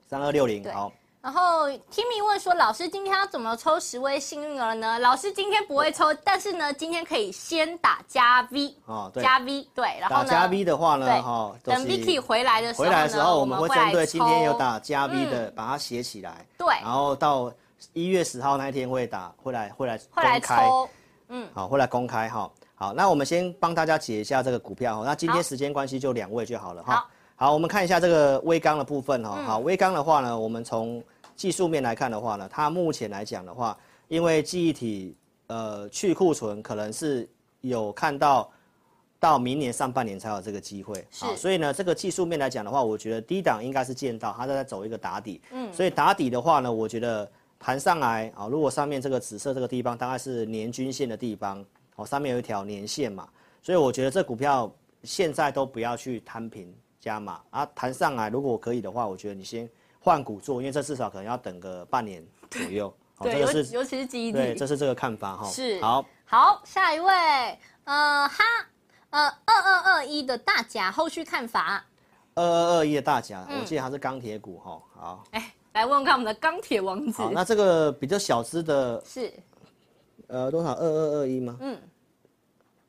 三二六零，对好，然后 Timmy 问说：“老师今天要怎么抽十位幸运儿呢？”老师今天不会抽，但是呢，今天可以先打加 V，哦，对，加 V，对，然后打呢，加 V 的话呢，对哈，都等是 Vicky 回来的时候回呢，来的时候，我们会针对今天有抽嗯打加 V 的，把它写起来，对然后到一月十号那一天会打，会来会来会来公开抽，好，会来公开哈。好，那我们先帮大家解一下这个股票哈。那今好天时间关系就两位就好了哈好。好，我们看一下这个微钢的部分哈。好，微钢的话呢，我们从技术面来看的话呢，它目前来讲的话，因为记忆体呃去库存可能是有看到到明年上半年才有这个机会，是所以呢，这个技术面来讲的话，我觉得低档应该是见到它在走一个打底，嗯，所以打底的话呢，我觉得盘上来啊、如果上面这个紫色这个地方大概是年均线的地方，哦，上面有一条年线嘛，所以我觉得这股票现在都不要去摊平加码啊，弹上来如果可以的话，我觉得你先换股做，因为这至少可能要等个半年左右。好对，这个尤是尤其是记忆对，体这。是这个看法哈。是好，好，下一位，呃哈，呃二二二一的大甲后续看法，二二二一的大甲，我嗯记得它是钢铁股哈。好，哎，来问问看我们的钢铁王子好，，那这个比较小资的，是呃，多少二二二一吗？嗯，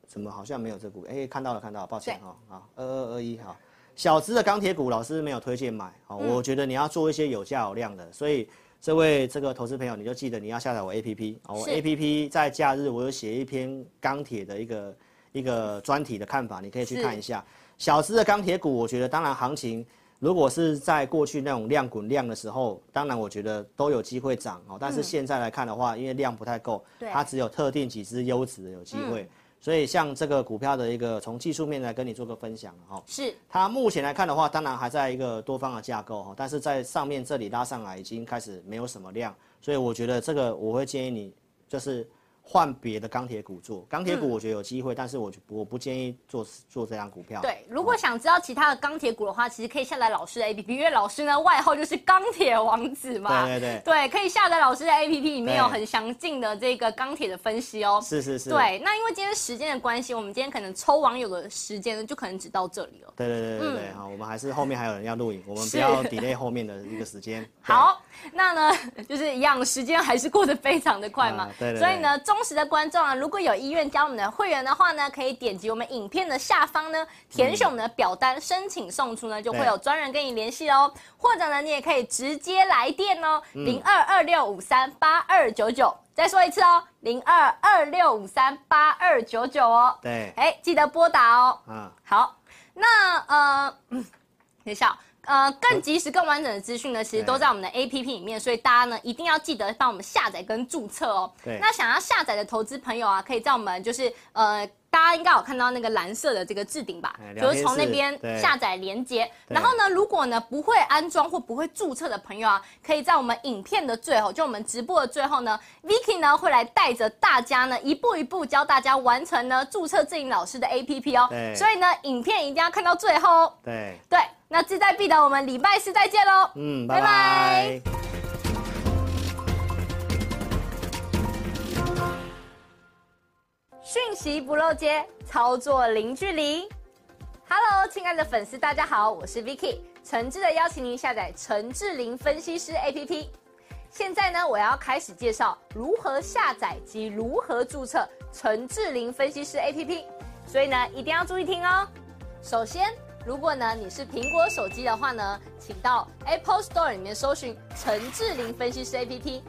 怎么好像没有这股？哎，看到了，看到了，抱歉对哈。好，二二二一好。小资的钢铁股，老师没有推荐买，好，嗯我觉得你要做一些有价有量的，所以这位这个投资朋友，你就记得你要下载我 APP，哦，我是 APP 在假日我有写一篇钢铁的一个一个专题的看法，你可以去是看一下。小资的钢铁股，我觉得当然行情如果是在过去那种量滚量的时候，当然我觉得都有机会涨哦。但是现在来看的话，因为量不太够，嗯对嗯它只有特定几只优质的有机会。所以像这个股票的一个从技术面来跟你做个分享了哈、哦，是它目前来看的话，当然还在一个多方的架构哈，但是在上面这里拉上来已经开始没有什么量，所以我觉得这个我会建议你就是换别的钢铁股做，钢嗯铁股我觉得有机会，但是我就我不建议做做这样股票。对，如果想知道其他的钢铁股的话，其实可以下载老师的 APP，因为老师呢外号就是钢铁王子嘛。对对对可以下载老师的 APP，里面有对很详尽的这个钢铁的分析哦。是是是，对，那因为今天时间的关系，我们今天可能抽网友的时间呢，就可能只到这里了。对对对对嗯对，好，我们还是后面还有人要录影，我们不要 delay 后面的一个时间。[LAUGHS] 对，好，那呢， [LAUGHS] 就是一样，时间还是过得非常的快嘛。啊对对对所以呢，忠实的观众啊，如果有意愿加我们的会员的话呢，可以点击我们影片的下方呢，填写我们的表单，申请送出呢，就会对有专人跟你联系哦。或者呢，你也可以直接来电哦，嗯零二二六五三八二九九。再说一次哦，零二二六五三八二九九哦。对，哎，记得拨打哦。啊，好，那呃，嗯等一下哦。呃，更及时、更完整的资讯呢，其实对都在我们的 APP 里面，所以大家呢一定要记得帮我们下载跟注册哦。对那想要下载的投资朋友啊，可以在我们就是呃，大家应该有看到那个蓝色的这个置顶吧哎，就聊天是室从那边对下载连接。对然后呢，如果呢不会安装或不会注册的朋友啊，可以在我们影片的最后，就我们直播的最后呢，Vicky 呢会来带着大家呢一步一步教大家完成呢注册志颖老师的 APP 哦。对所以呢，影片一定要看到最后哦。对，对，那志在必得，我们礼拜四再见喽。嗯，拜拜拜拜讯息不漏接，操作零距离。Hello，亲爱的粉丝，大家好，我是 Vicky，诚挚的邀请您下载陈志玲分析师 APP。现在呢，我要开始介绍如何下载及如何注册陈志玲分析师 APP，所以呢，一定要注意听哦。首先，如果呢你是苹果手机的话呢，请到 Apple Store 里面搜寻陈志玲分析师 APP，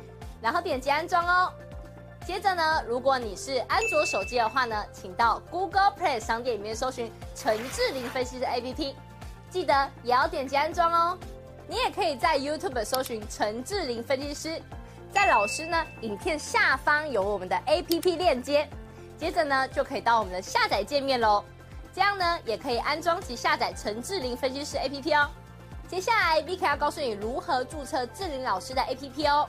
然后点击安装哦。接着呢，如果你是安卓手机的话呢，请到 Google Play 商店里面搜寻陈志玲分析师 APP，记得也要点击安装哦。你也可以在 YouTube 搜寻陈志玲分析师，在老师呢影片下方有我们的 APP 链接，接着呢就可以到我们的下载界面喽。这样呢也可以安装及下载陈志玲分析师 APP 哦。接下来 Vicky 要告诉你如何注册志玲老师的 APP 哦。